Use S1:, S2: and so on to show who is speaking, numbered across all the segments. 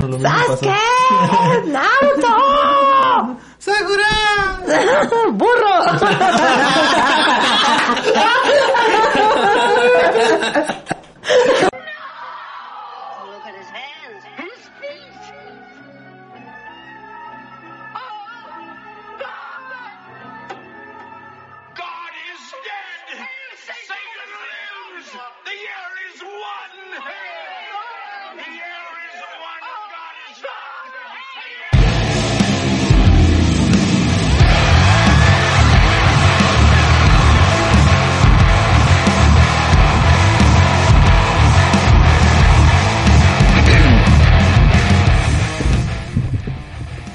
S1: Lo mismo pasó.
S2: ¡Sasuke! ¡Naruto!
S1: ¡Sakura!
S2: ¡Burro!
S3: Look at his hands, his feet.
S4: God is dead! Satan lives! The year is one! The year is one! Oh, God is dead! The year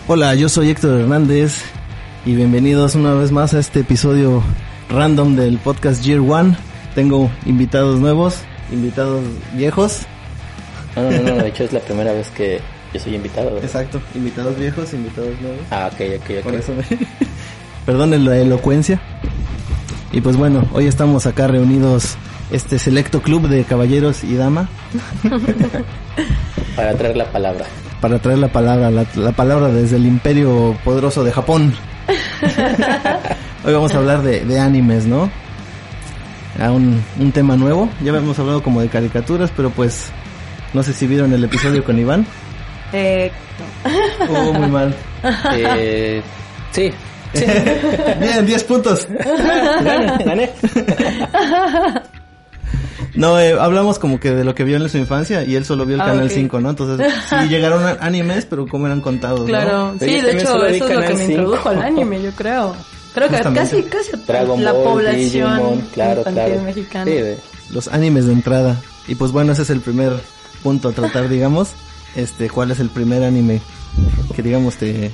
S1: Hola, yo soy Héctor Hernández y bienvenidos una vez más a este episodio random del podcast Year One. Tengo invitados nuevos, invitados viejos.
S5: No, no, no, de hecho es la primera vez que yo soy invitado.
S1: Exacto, invitados viejos, invitados nuevos.
S5: Ah, ok, ok, ok.
S1: Por eso me- Perdonen la elocuencia. Y pues bueno, hoy estamos acá reunidos este selecto club de caballeros y dama
S5: Para traer la palabra.
S1: para traer la palabra, la, la palabra desde el imperio poderoso de Japón. Hoy vamos a hablar de, de animes, ¿no? A un, un tema nuevo. Ya habíamos hablado como de caricaturas, pero pues no sé si vieron el episodio con Iván.
S2: Eh,
S1: Oh, muy mal.
S5: Eh, sí.
S1: Bien, 10 puntos.
S5: Gané, gané.
S1: No, eh, hablamos como que de lo que vio en su infancia y él solo vio el
S6: Ah,
S1: canal
S6: ok.
S1: 5, ¿no? Entonces, sí llegaron a- animes, pero como eran contados, ¿no?
S6: Claro,
S5: Pero
S6: sí,
S5: yo
S6: de
S5: también solo
S6: hecho
S5: vi
S6: eso es lo que
S5: Canal
S6: me
S5: cinco.
S6: introdujo al anime, yo creo. Creo que
S1: Justamente.
S6: casi, casi a
S5: Dragon
S6: la
S5: Ball,
S6: población
S5: Digimon, claro,
S6: infantil
S5: claro.
S6: mexicana.
S5: Sí, de-
S1: Los animes de entrada. Y pues bueno, ese es el primer punto a tratar, digamos. Este, ¿cuál es el primer anime que digamos te,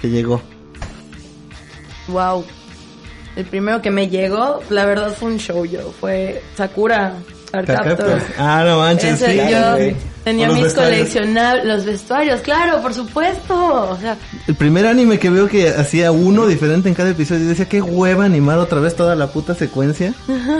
S1: te llegó?
S6: Wow. El primero que me llegó, la verdad fue un show yo, fue Sakura Card Captor.
S1: Ah, no manches,
S6: Ese
S1: sí,
S6: yo
S1: güey.
S6: tenía
S1: Con los
S6: mis
S1: vestuarios.
S6: coleccionables, los vestuarios, claro, por supuesto. O sea,
S1: El primer anime que veo que hacía uno diferente en cada episodio y decía, qué hueva animar otra vez toda la puta secuencia.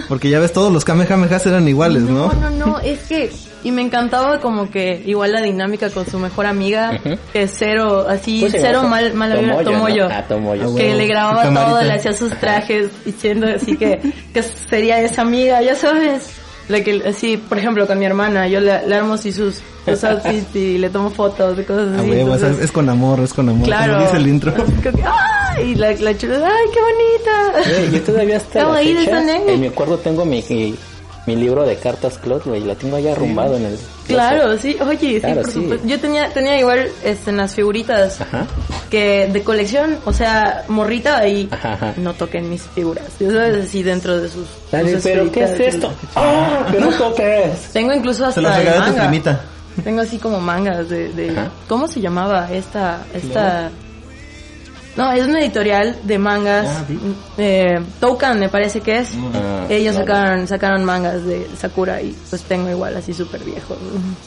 S1: Porque ya ves, todos los Kamehamehas eran iguales, ¿no?
S6: No, no, no, es que... Y me encantaba como que igual la dinámica con su mejor amiga,
S5: Ujú. Pues
S6: que cero, así,
S5: ¿Cómo se
S6: cero
S5: llama?
S6: mal, mala
S5: Tomoyo,
S6: vibra,
S5: ¿no?
S6: Tomoyo.
S5: Ah, Tomoyo.
S1: Ah,
S6: que
S1: bueno,
S6: le
S1: su
S6: grababa
S1: camarita.
S6: todo, le hacía sus trajes, diciendo así que, que sería esa amiga, ya sabes. La que, así, por ejemplo, con mi hermana, yo le, le armo así sus, sus outfits y le tomo fotos y cosas
S1: Ah,
S6: así.
S1: huevo,
S6: entonces-
S1: es, es con amor, es con amor.
S6: claro.
S1: Como dice el intro.
S6: Así como que, ¡ay! Y la, la chula, ¡ay, qué bonita!
S5: Güey, yo todavía hasta
S6: Estaba
S5: la
S6: ahí de
S5: fecha,
S6: San Diego.
S5: en mi acuerdo tengo mi, mi, mi libro de cartas Clot, güey, la tengo allá arrumbado en el...
S6: Claro, sí, oye,
S5: Claro,
S6: sí, por
S5: sí.
S6: supuesto. Yo tenía, tenía igual este, en las figuritas
S5: Ajá.
S6: que de colección, o sea, morrita y
S5: Ajá, ajá.
S6: no toquen mis figuras. Eso es así dentro de sus.
S5: Dale,
S6: sus
S5: pero ¿qué es
S6: esferitas y-
S5: esto? ¡Ah! ¡Pero no toques!
S6: Tengo incluso hasta
S1: Se los
S6: el
S1: regalé a tu
S6: manga.
S1: primita.
S6: Tengo así como mangas de, de-
S5: Ajá.
S6: ¿cómo se llamaba esta esta No, es una editorial de mangas
S1: Ah, vi.
S6: eh Toukan me parece que es.
S5: Ah,
S6: Ellos
S5: claro.
S6: sacaron sacaron mangas de Sakura y pues tengo igual así súper viejos.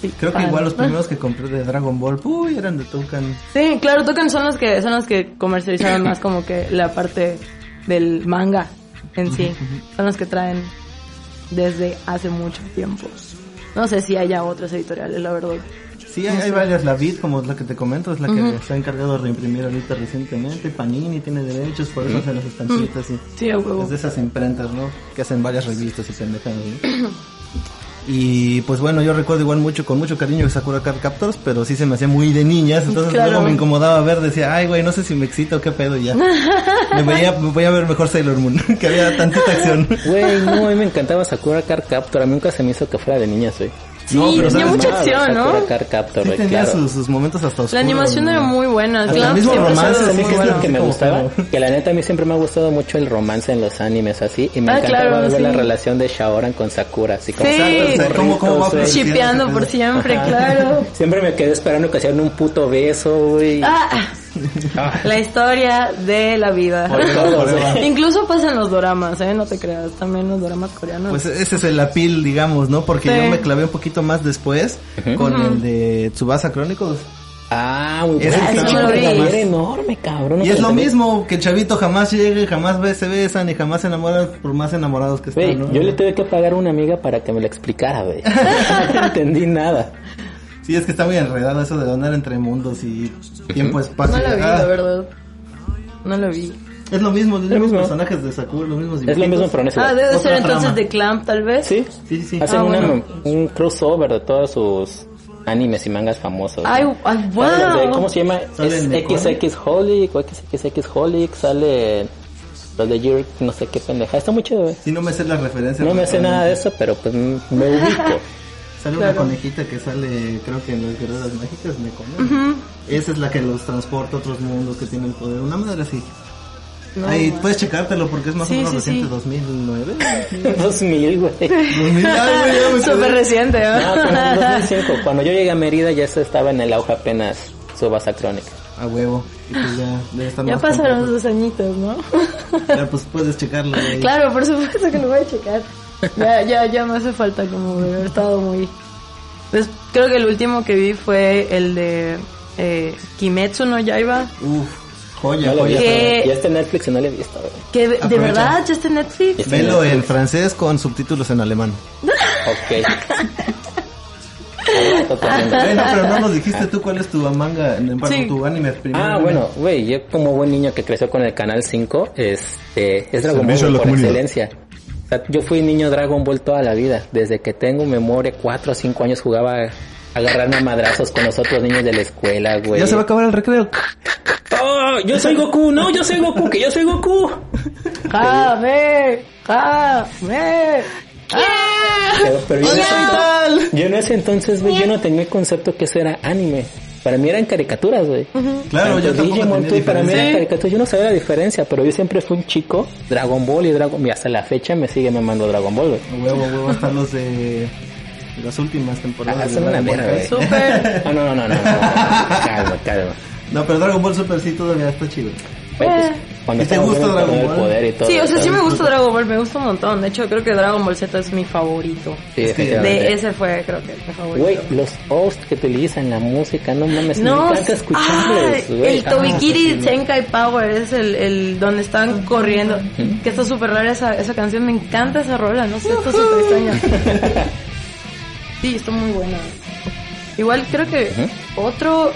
S6: Sí,
S1: Creo que
S6: fan.
S1: igual los primeros que compré de Dragon Ball, uy, eran de Toucan.
S6: Sí, claro, Toukan son los que son los que comercializaron más como que la parte del manga en sí. Son los que traen desde hace mucho tiempo. No sé si haya otras editoriales, la verdad.
S1: Sí, hay, hay varias. La Vid, como es la que te comento, es la que se ha encargado de reimprimir ahorita recientemente. Panini tiene derechos, por eso hacen las estancitas. Y
S6: Sí, a huevo.
S1: Es de esas imprentas, ¿no? Que hacen varias revistas y pendejadas. ¿no? Y pues bueno, yo recuerdo igual mucho, con mucho cariño Sakura Card Captors, pero sí se me hacía muy de niñas, entonces
S6: Claro.
S1: luego me incomodaba ver, decía, ay güey, no sé si me excito o qué pedo y ya. me, veía, me voy a ver mejor Sailor Moon, que había tantita acción.
S5: Güey, no, a mí me encantaba Sakura Card Captor. A mí nunca se me hizo que fuera de niñas, güey.
S6: Sí,
S1: No, pero
S6: tenía
S1: sabes
S6: mucha
S5: Amaba
S6: acción, ¿no?
S5: Sakura Card Captor,
S1: Sí
S5: güey,
S1: tenía
S5: claro.
S1: sus, sus momentos hasta
S6: Pues La
S1: oscuros.
S6: animación
S1: ¿no?
S6: era muy buena,
S1: Hasta
S6: claro.
S1: el mismo
S6: siempre
S1: romance,
S6: se ve
S1: así
S6: muy
S5: ¿Sabes qué es
S6: bueno.
S5: lo que me
S1: Como
S5: gustaba?
S1: feo.
S5: Que la neta a mí siempre me ha gustado mucho el romance en los animes así y me
S6: Ah,
S5: encantaba
S6: claro,
S5: ver
S6: sí.
S5: la relación de Shaoran con Sakura, así como
S6: Sí.
S1: O sea, ¿cómo- cómo va a
S5: güey.
S1: producir
S6: Shipeando
S1: ese
S6: por
S1: pedo?
S6: siempre, claro.
S5: Siempre me quedé esperando que hicieran un puto beso, güey.
S6: Ah, la historia de la vida.
S1: Forever, forever.
S6: Incluso pasan los doramas, ¿eh? No te creas, también los doramas coreanos.
S1: Pues ese es el apil, digamos, ¿no? Porque
S6: Sí.
S1: yo me clavé un poquito más después con el de Tsubasa Chronicles.
S5: Ah, muy
S1: Ese
S5: bueno.
S1: está
S5: Pinche
S6: muy
S5: verdadero
S6: bueno.
S5: enorme, cabrón.
S1: Y
S5: Pero
S1: es lo
S5: también-
S1: mismo, que el chavito jamás llegue, jamás ve, se besan y jamás se enamoran por más enamorados que
S5: Güey,
S1: estén, ¿no?
S5: yo le tuve que pagar a una amiga para que me la explicara, güey. no entendí nada.
S1: Sí, es que está muy enredado eso de andar entre mundos y tiempo, espacio.
S6: no la vi,
S1: Ah,
S6: la verdad. No la vi.
S1: Es lo mismo, los mismos
S5: mismo.
S1: personajes de Sakura, los mismos
S5: Es lo mismo, pero en ese
S6: Ah,
S5: lugar.
S6: debe
S1: Otra
S6: ser entonces
S1: trama.
S6: de Clamp, tal vez.
S5: Sí,
S1: Sí, sí, sí.
S5: hacen
S6: Ah,
S5: una-
S6: bueno.
S5: un crossover de todos sus animes y mangas famosos.
S6: Ay,
S5: ¿no?
S6: ay,
S5: Sale los de-
S6: wow.
S5: ¿Cómo se llama?
S1: Sale
S5: Es
S1: el de
S5: XX Holic o XXX Holic, sale los de Jerk, no sé qué pendeja. Está muy chido, güey.
S1: Sí, no me sé las referencias.
S5: No me hace nada de eso, pero pues mm, me ubico.
S1: Sale una conejita que sale, creo que en las guerreras mágicas, me comen. Esa es la que los transporta a otros mundos que tienen poder. Una madre así.
S6: No,
S1: Ahí
S6: man.
S1: puedes checártelo porque es más
S6: Sí,
S1: o menos
S6: sí,
S1: reciente,
S6: sí.
S1: 2009.
S5: 2000, güey.
S1: 2000, ay, güey, ya me
S6: Súper
S1: quedé.
S6: reciente, ¿no?
S5: No, cuando, en 2005. Cuando yo llegué a Mérida ya se estaba en el auge apenas Subasa Crónica.
S1: A huevo. Y pues ya, debe estar
S6: ya
S1: más
S6: pasaron
S1: completo.
S6: los añitos, ¿no?
S1: Ya, pues puedes checarlo. güey.
S6: claro, por supuesto que lo voy a checar. Ya, ya, ya me hace falta como de haber estado muy... Pues, creo que el último que vi fue el de eh, Kimetsu no Yaiba.
S1: Uf, joya,
S5: No lo vi.
S1: joya.
S6: ¿Qué?
S5: pero Ya está en Netflix y no lo he visto, güey.
S6: Que de- de
S1: Aprovecha.
S6: verdad ya está en Netflix.
S1: Velo en francés con subtítulos en alemán.
S5: Ok. Ahora está corriendo.
S1: Bueno, pero no nos dijiste tú cuál es tu manga, en- perdón,
S6: Sí.
S1: tu anime primero.
S5: Ah, bueno, güey, yo como buen niño que creció con el Canal 5, este, es Dragon
S1: Servicio a
S5: Ball
S1: la
S5: por
S1: comunidad.
S5: excelencia. O sea, yo fui niño Dragon Ball toda la vida. Desde que tengo memoria, 4 o 5 años jugaba a agarrarme a madrazos con los otros niños de la escuela, güey.
S1: Ya se va a acabar el recreo.
S5: ¡Oh! ¡Yo soy Goku! ¡No, yo soy Goku! ¡Que yo soy Goku!
S6: ¡Jame! ¡Jame!
S5: Pero, pero yo, en ese entonces, yo en ese entonces, güey, yo no tenía el concepto que eso era anime. Para mí eran caricaturas, güey.
S1: Claro,
S5: Tanto
S1: yo tampoco
S5: Digimon,
S1: tenía
S5: tú, para mí
S1: diferencia.
S5: era caricatura. Yo no sabía la diferencia, pero yo siempre fui un chico Dragon Ball y Dragon... Y hasta la fecha me sigue mamando Dragon Ball, güey.
S1: A Huevo, a huevo, están los de de las últimas temporadas.
S5: Ah,
S1: de
S5: son una
S1: Dragon Ball
S5: mierda,
S1: Kai.
S5: güey.
S6: Súper.
S5: Ah, no, no, no, no, no, no, no. Calma, calma.
S1: No, pero Dragon Ball Super sí todavía está chido.
S5: Güey, pues, cuando
S1: ¿Y te
S5: estamos
S1: gusta
S5: viendo el
S1: Dragon
S5: torneo del
S1: Ball?
S5: poder y todo.
S6: Eh. Sí, o sea, sí me
S5: ¿sabes?
S6: gusta Dragon Ball, me gusta un montón. De hecho, creo que Dragon Ball Z es mi favorito.
S5: Sí,
S6: De
S5: definitivamente.
S6: ese fue, creo que mi favorito.
S5: Güey, los hosts que utilizan la música, no mames, me
S6: No,
S5: encanta escucharlos,
S6: ay,
S5: güey.
S6: el Tobikiri
S1: Ah,
S6: Senkai Power es el, el donde están corriendo. Que está súper rara esa, esa canción, me encanta esa rola, no sé, está súper extraña. Sí, está muy buena. Igual creo que otro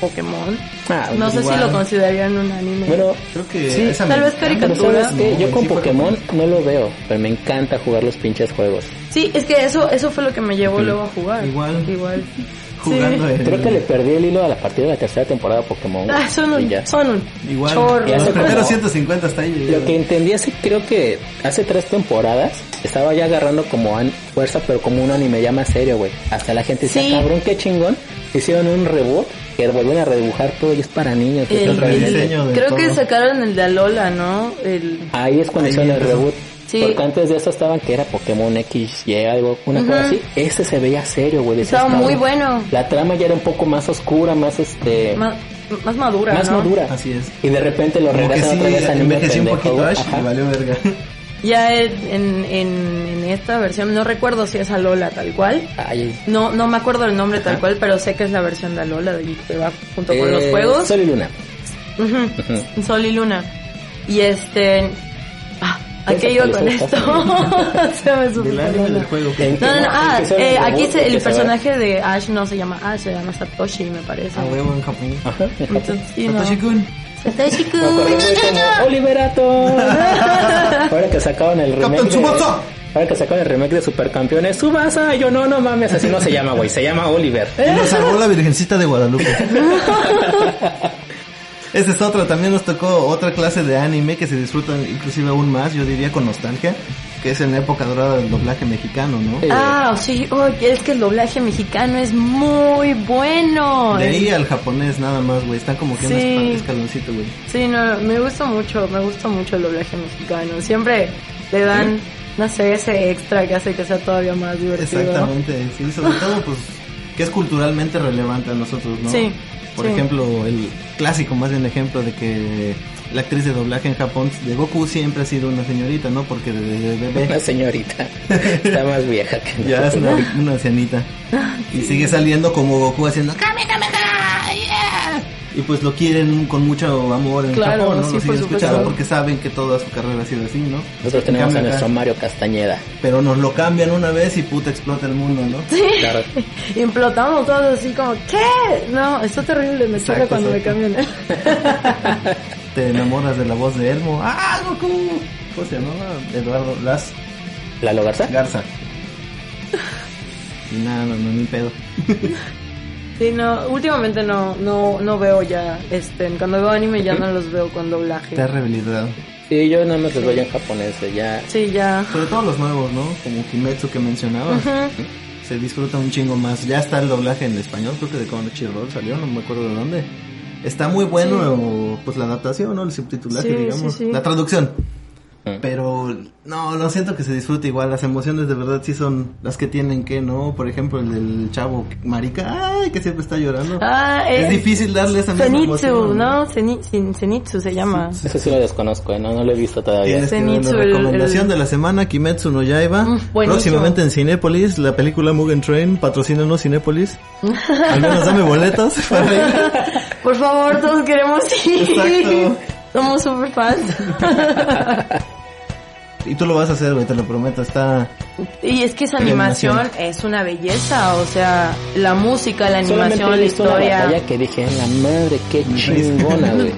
S6: Pokémon,
S5: Ah,
S6: no sé si
S1: igual.
S6: lo considerarían un anime.
S5: Bueno,
S1: Creo que
S5: Sí,
S1: esa
S6: tal
S1: me-
S6: vez
S5: pero
S6: caricatura.
S5: ¿sabes qué? Yo
S1: No,
S5: con
S1: sí fue
S5: Pokémon no lo veo, pero me encanta jugar los pinches juegos.
S6: Sí, es que eso, eso fue lo que me llevó luego a jugar.
S1: Igual.
S6: Igual.
S1: Jugando
S6: Sí.
S1: el-
S5: Creo que le perdí el hilo a la partida de la tercera temporada de Pokémon. güey,
S6: Ah, son
S5: y Oh, ya.
S6: un, son un
S1: Igual.
S6: chorro.
S5: Ya
S1: Los
S5: sé cómo.
S1: primeros 150 está ahí. eh,
S5: Lo que entendí hace, creo que hace tres temporadas, estaba ya agarrando como an- fuerza, pero como un anime ya más serio, güey. Hasta la gente decía,
S6: Sí.
S5: cabrón, qué chingón. Hicieron un reboot que volvieron a rebujar todo y es para niños. güey.
S6: El-
S1: otro
S6: el-
S1: diseño de
S6: creo
S1: todo.
S6: que sacaron el de Alola, ¿no? El,
S5: Ahí es cuando
S1: Ahí
S5: hicieron el
S1: empezó.
S5: reboot.
S6: Sí.
S5: Porque antes de eso estaban que era Pokémon X, Y, algo, una cosa así. Ese se veía serio, güey. decías,
S6: estaba muy
S5: cabrón,
S6: bueno.
S5: La trama ya era un poco más oscura, más este...
S6: Más, más madura,
S5: más
S6: ¿no?
S5: madura.
S1: Así es.
S5: Y de repente lo
S1: Como que
S5: regresan
S1: sí,
S5: otra vez al mismo
S1: envejeció un
S5: pendejo,
S1: poquito
S5: güey.
S1: Ash
S5: Ajá.
S1: y valió verga.
S6: Ya en, en, en- en esta versión, no recuerdo si es Alola tal cual.
S5: Ay,
S6: No, no me acuerdo el nombre tal cual, pero sé que es la versión de Alola de- que va junto con los
S5: eh,
S6: juegos.
S5: Sol y Luna.
S6: Ujú. Sol y Luna. Y este... Ah, ¿A
S5: Esa
S6: qué iba con
S5: actualización
S6: esto?
S5: está
S6: Se me
S1: Del anime del
S6: superó.
S1: juego.
S5: En-
S6: No, no, no. Ah,
S5: en que se
S6: eh,
S5: robó,
S6: aquí se-
S5: en que se
S6: el personaje de Ash no se llama Ash, se llama Satoshi, me parece.
S5: Ah,
S1: A huevo en Japón.
S5: va- Ajá.
S6: Entonces, sí, no.
S1: Satoshi-kun.
S5: Me acordé muy como, ¡Oliverato! Ahora que sacaron el remake
S1: Captain
S5: de-
S1: Tsubasa.
S5: Ahora que sacan el remake de Supercampeones, Subasa, yo no, no mames, así no se llama, güey, se llama Oliver.
S1: Y nos salvó la Virgencita de Guadalupe. Esa es otra, también nos tocó otra clase de anime que se disfrutan inclusive aún más, yo diría con nostalgia, que es en la época dorada del doblaje mexicano, ¿no?
S5: Eh,
S6: Ah, sí, oh, es que el doblaje mexicano es muy bueno.
S1: De ahí al japonés nada más, güey, están como que en
S6: Sí.
S1: un escaloncito, güey.
S6: Sí, no, me gusta mucho, me gusta mucho el doblaje mexicano. Siempre le dan, no sé, ese extra que hace que sea todavía más divertido. ¿no?
S1: Exactamente, sí, sobre todo pues que es culturalmente relevante a nosotros, ¿no?
S6: Sí,
S1: Por
S6: sí.
S1: ejemplo, el clásico, más bien ejemplo de que la actriz de doblaje en Japón de Goku siempre ha sido una señorita, ¿no? Porque desde
S5: Una
S1: bebé
S5: señorita, está más vieja que
S1: ya es
S5: nosotros.
S1: una, una ancianita. Y sigue saliendo como Goku haciendo "Kame, kame, ka, yeah". Y pues lo quieren con mucho amor en
S6: Claro,
S1: Japón, ¿no?
S6: sí,
S1: lo
S6: por
S1: siguen
S6: supuesto.
S1: escuchando porque saben que toda su carrera ha sido así, ¿no?
S5: Nosotros
S1: En
S5: tenemos a
S1: cambio acá,
S5: nuestro Mario Castañeda,
S1: Pero nos lo cambian una vez y puta explota el mundo, ¿no?
S5: claro.
S6: Implotamos todos así como, ¿qué? No, está terrible, me choca
S1: Exacto,
S6: cuando
S1: exacto.
S6: me cambian.
S1: Te enamoras de la voz de Elmo. ¡Ah, Goku! ¿Cómo se llamaba? Eduardo Las
S5: ¿Lalo Garza?
S1: Garza. Y nada, no, no, ni pedo.
S6: Sí, no, últimamente no, no, no veo ya, este, cuando veo anime ya no los veo con doblaje.
S1: Te has rehabilitado.
S5: Sí, yo nada más les doy en japonés, ya.
S6: Sí, ya.
S1: Sobre todo los nuevos, ¿no? Como Kimetsu que mencionabas. Se disfruta un chingo más. Ya está el doblaje en español, creo que de Crunchyroll salió, no me acuerdo de dónde. Está muy bueno, pues la adaptación, ¿no? El subtitulaje,
S6: Sí,
S1: digamos.
S6: sí, sí.
S1: La traducción.
S5: Mm.
S1: Pero no, no siento que se disfrute igual. Las emociones de verdad sí son las que tienen que, ¿no? Por ejemplo, el del chavo marica, ay, que siempre está llorando.
S6: Ah,
S1: es
S6: eh,
S1: difícil darle esa misma
S6: Zenitsu,
S1: emoción,
S6: ¿no? Zeni- Zen- Zenitsu se llama.
S5: Eso sí lo desconozco, ¿eh? no, no lo he visto todavía.
S1: Tienes que ver
S6: Zenitsu,
S1: la
S6: el-
S1: recomendación
S6: el-
S1: de la semana, Kimetsu no Yaiba.
S6: Mm, buenísimo.
S1: Próximamente en Cinépolis, la película Mugen Train, patrocínanos Cinépolis. Al menos dame boletos para ir.
S6: Por favor, todos queremos ir.
S1: Exacto.
S6: Somos super fans.
S1: Y tú lo vas a hacer, güey, te lo prometo. Está
S6: y es que esa
S1: Animación.
S6: animación es una belleza, o sea, la música, la
S5: Solamente
S6: animación,
S5: he
S6: la
S5: visto una
S6: historia.
S5: batalla que dije, "Ah, la madre, qué chingona, güey.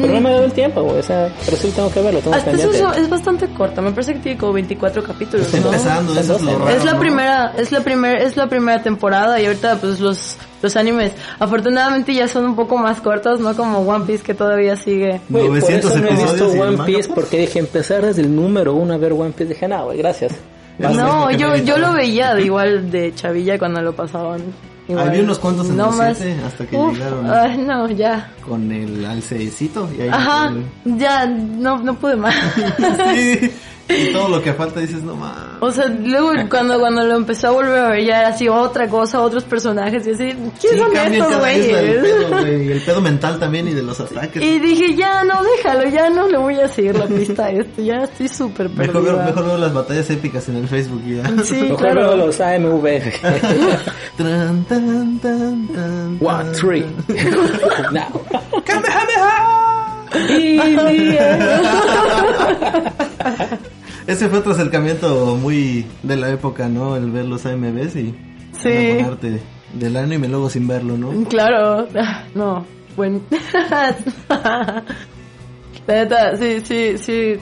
S5: Pero no me ha dado el tiempo, güey, o sea, pero sí tengo que verlo, tengo
S6: Hasta eso
S5: pendiente. Pues
S6: es- es bastante corta, me parece que tiene como 24 capítulos, ¿no?
S1: empezando, eso es lo
S5: Es
S1: raro.
S6: Es la
S1: ¿no?
S6: primera, es la primera, es la primera temporada y ahorita pues los los animes afortunadamente ya son un poco más cortos, no como One Piece que todavía sigue.
S5: Güey, por
S1: 900
S5: eso no he visto
S1: episodios y el
S5: One
S1: manga,
S5: Piece,
S1: pues.
S5: porque dije, empezar desde el número uno a ver One Piece, dije, no, güey, gracias.
S1: Es lo mismo
S6: No,
S1: que
S6: yo
S1: me
S6: yo
S1: dijeron.
S6: lo veía de igual de chavilla cuando lo pasaban. Igual,
S1: Había unos cuantos en
S6: no
S1: el
S6: más.
S1: 7 hasta que
S6: Uf,
S1: llegaron
S6: ay, no, ya.
S1: con el alcecito. Y ahí
S6: Ajá, ya, no, no pude más.
S1: Sí. Y todo lo que falta dices, no mames.
S6: O sea, luego cuando, cuando lo empecé a volver a ver ya era así otra cosa, otros personajes y así, ¿quién
S1: Sí,
S6: son
S1: cambian
S6: estos
S1: cada vez la del
S6: güeyes?
S1: pedo, güey, y el pedo mental también y de los ataques.
S6: Y dije, ya no, déjalo, ya no le voy a seguir la pista a esto, ya estoy súper
S1: Mejor
S6: perdida.
S1: veo, mejor veo las batallas épicas en el Facebook y ya.
S6: Sí,
S5: Mejor
S6: claro.
S5: veo los AMV.
S1: Tran, tan, tan, tan,
S5: One,
S1: tan.
S5: three. no.
S6: Y, y, eh,
S1: Ese fue otro acercamiento muy de la época, ¿no? El ver los AMVs y
S6: Sí.
S1: enamorarte del anime luego sin verlo, ¿no?
S6: claro, Ah, no, bueno. La neta, sí, sí, sí,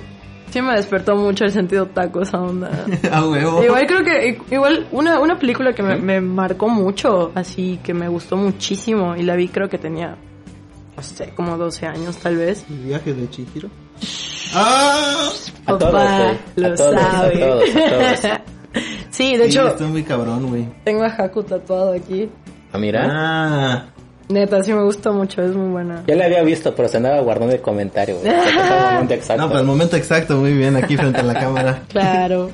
S6: sí me despertó mucho el sentido taco esa onda.
S1: A huevo.
S6: Igual creo que, igual una, una película que me, me marcó mucho, así que me gustó muchísimo y la vi creo que tenía, no sé, como 12 años tal vez.
S1: El viaje de Chihiro. ¡Ah!
S5: A todos,
S6: Papá,
S5: güey.
S6: lo
S5: A todos, a
S6: sabe.
S5: todos, a todos.
S6: sí, de
S1: Sí,
S6: hecho,
S1: está muy cabrón, güey.
S6: tengo a Haku tatuado aquí.
S5: Ah, mira.
S1: Ah,
S6: Neta, sí me gusta mucho, es muy buena.
S5: Ya la había visto, pero se andaba guardando el comentario, güey. Hasta que fue el momento
S1: no, pues,
S5: exacto.
S1: para el momento exacto, muy bien, aquí frente a la cámara.
S6: Claro.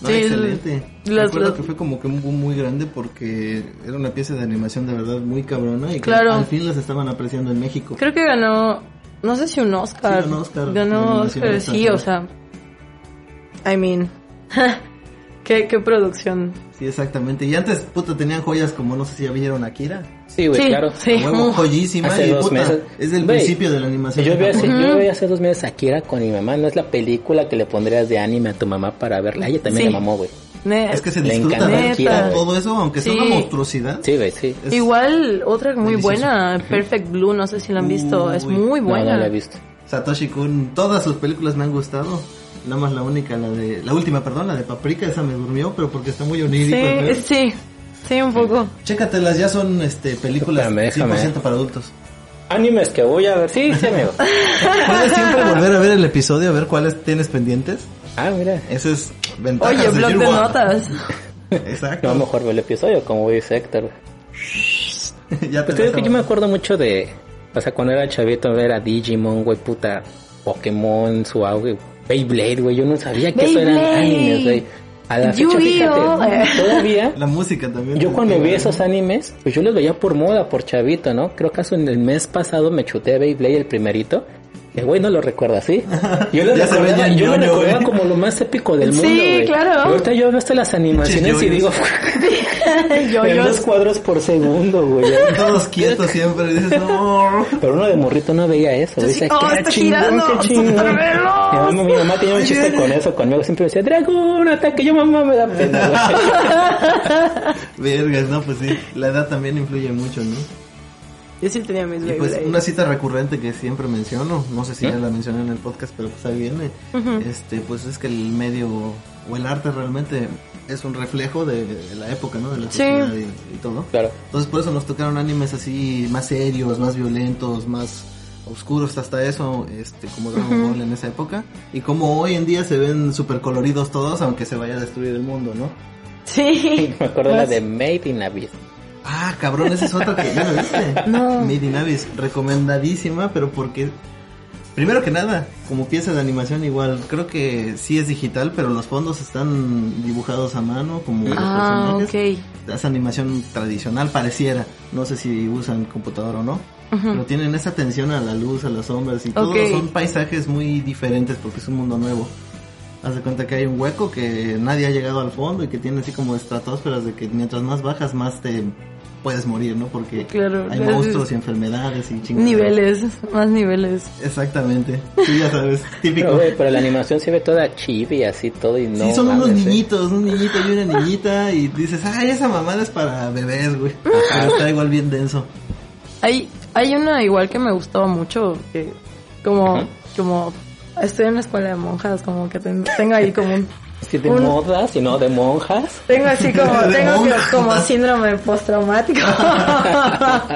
S1: No,
S6: Sí,
S1: excelente.
S6: el-
S1: Me
S6: las-
S1: acuerdo
S6: las-
S1: que fue como que un boom muy grande porque era una pieza de animación de verdad muy cabrona y que
S6: Claro.
S1: al fin las estaban apreciando en México.
S6: Creo que ganó, no sé si un Oscar.
S1: Sí, ganó Oscar.
S6: Ganó
S1: Nominación
S6: Oscar,
S1: esta,
S6: sí,
S1: sí.
S6: o sea. I mean. qué, qué producción.
S1: Sí, exactamente. Y antes, puta, tenían joyas como no sé si ya vieron Akira.
S5: Sí, güey,
S6: sí,
S5: claro.
S6: sí.
S1: A huevo, joyísima
S5: Hace
S1: y
S5: dos
S1: puta,
S5: meses.
S1: es del
S5: Güey,
S1: principio de la animación.
S5: Yo
S1: de
S5: vi, hace,
S1: Japón.
S5: yo vi hace dos meses Akira con mi mamá. No es la película que le pondrías de anime a tu mamá para verla. A Ella también
S6: Sí.
S5: le mamó, güey.
S6: Ne-
S1: Es que se
S5: Le
S1: disfruta
S5: encanta
S1: ver
S6: Akira,
S1: todo
S6: güey.
S1: todo eso, aunque sea
S6: Sí.
S1: una monstruosidad.
S5: Sí, güey, sí.
S1: es-
S6: Igual, otra muy
S1: Delicioso.
S6: buena, Perfect Blue, no sé si la han visto, es
S1: Uy.
S6: muy
S5: No,
S6: buena.
S5: no la he visto.
S1: sí, Satoshi Kun, todas sus películas me han gustado. Nada más la única, la de. La última, perdón, la de Paprika, esa me durmió, pero porque está muy onírica.
S6: Sí, sí, sí, un poco.
S1: Chécatelas, ya son este, películas
S5: Espérame, déjame.
S1: 100% para adultos.
S5: Animes que voy a ver, sí, sí, amigo.
S1: ¿Puedes siempre volver a ver el episodio, a ver cuáles tienes pendientes?
S5: Ah, mira.
S1: Ese es ventaja
S6: Oye, blog de notas.
S1: Exacto.
S5: No, mejor ver el episodio, como dice Héctor.
S1: ya
S5: Pues
S1: te
S5: te digo
S1: vas a-
S5: que yo me acuerdo mucho de. O sea, cuando era chavito, era Digimon, güey, puta. Pokémon, su auge. Beyblade, güey. Yo no sabía que eso eran
S6: Beyblade.
S5: animes, güey. A la fecha,
S6: Yu-Gi-Oh.
S5: fíjate. Todavía.
S1: La música también.
S5: Yo
S1: te-
S5: cuando
S1: te-
S5: vi esos animes, pues yo los veía por moda, por chavito, ¿no? Creo que hace en el mes pasado me chuté a Beyblade el primerito. El güey no lo recuerda así. Yo lo
S1: Ya se
S5: recordaba,
S1: veía
S5: yo lo
S1: ñoño,
S5: recordaba
S1: güey.
S5: como lo más épico del
S6: Sí,
S5: mundo. güey.
S6: claro.
S5: Y ahorita yo veo hasta las animaciones y
S1: ñoños.
S5: digo,
S6: yo,
S5: en
S6: yo.
S5: dos cuadros por segundo, güey.
S1: Todos quietos siempre. y Dices, no.
S5: Pero uno de morrito no veía eso. güey. Dice,
S6: "Oh,
S5: "Qué
S6: está
S5: chingón,
S6: girando,
S5: qué chingón".
S6: súper veloz.
S5: Mi mamá, mi mamá tenía un chiste con eso conmigo. Siempre me decía, Dragón, ataque. Yo, mamá, me da pena, güey.
S1: Vergas, no, pues sí. La edad también influye mucho, ¿no?
S6: Yo sí tenía mis
S1: Y pues
S6: Beyblade.
S1: una cita recurrente que siempre menciono, no sé si
S5: ¿Eh?
S1: ya la mencioné en el podcast, pero pues ahí viene. Este, pues es que el medio o el arte realmente es un reflejo de, de la época, ¿no? De la
S6: Sí.
S1: sociedad y, y todo.
S5: Claro.
S1: Entonces por eso nos tocaron animes así más serios, más violentos, más oscuros hasta eso, este, como Dragon Ball en esa época. Y como hoy en día se ven súper coloridos todos, aunque se vaya a destruir el mundo, ¿no?
S6: Sí.
S5: Me acuerdo la de
S6: Pues-
S5: Made in Abyss.
S1: Ah, cabrón, esa es otra que ya lo viste.
S6: No.
S1: Made in Abyss, recomendadísima, pero porque. Primero que nada, como pieza de animación, igual creo que sí es digital, pero los fondos están dibujados a mano, como los
S6: Ah, ok.
S1: personajes. Es animación tradicional, pareciera. No sé si usan computadora o no. Pero tienen esa atención a la luz, a las sombras y todo.
S6: Mm. Ok.
S1: Son paisajes muy diferentes porque es un mundo nuevo. Haz de cuenta que hay un hueco que nadie ha llegado al fondo y que tiene así como estratosferas de que mientras más bajas más te puedes morir, ¿no? Porque
S6: Claro,
S1: hay
S6: claro,
S1: monstruos y
S6: sí.
S1: enfermedades y chingados.
S6: Niveles, más niveles.
S1: Exactamente. Sí, ya sabes,
S5: Pero,
S1: típico.
S5: güey, pero la animación se ve toda chibi así todo y no.
S1: sí, son unos
S5: mames, ¿eh?
S1: niñitos, un niñito y una niñita y dices, ay, esa mamada es para bebés, güey. Pero está igual bien denso.
S6: Hay, hay una igual que me gustó mucho, que como, como estoy en la escuela de monjas, como que ten- tengo ahí como un,
S5: Sí, de
S6: Un-
S5: modas y no de monjas.
S6: tengo así como,
S1: De
S6: tengo que-
S1: monjas.
S6: como síndrome postraumático.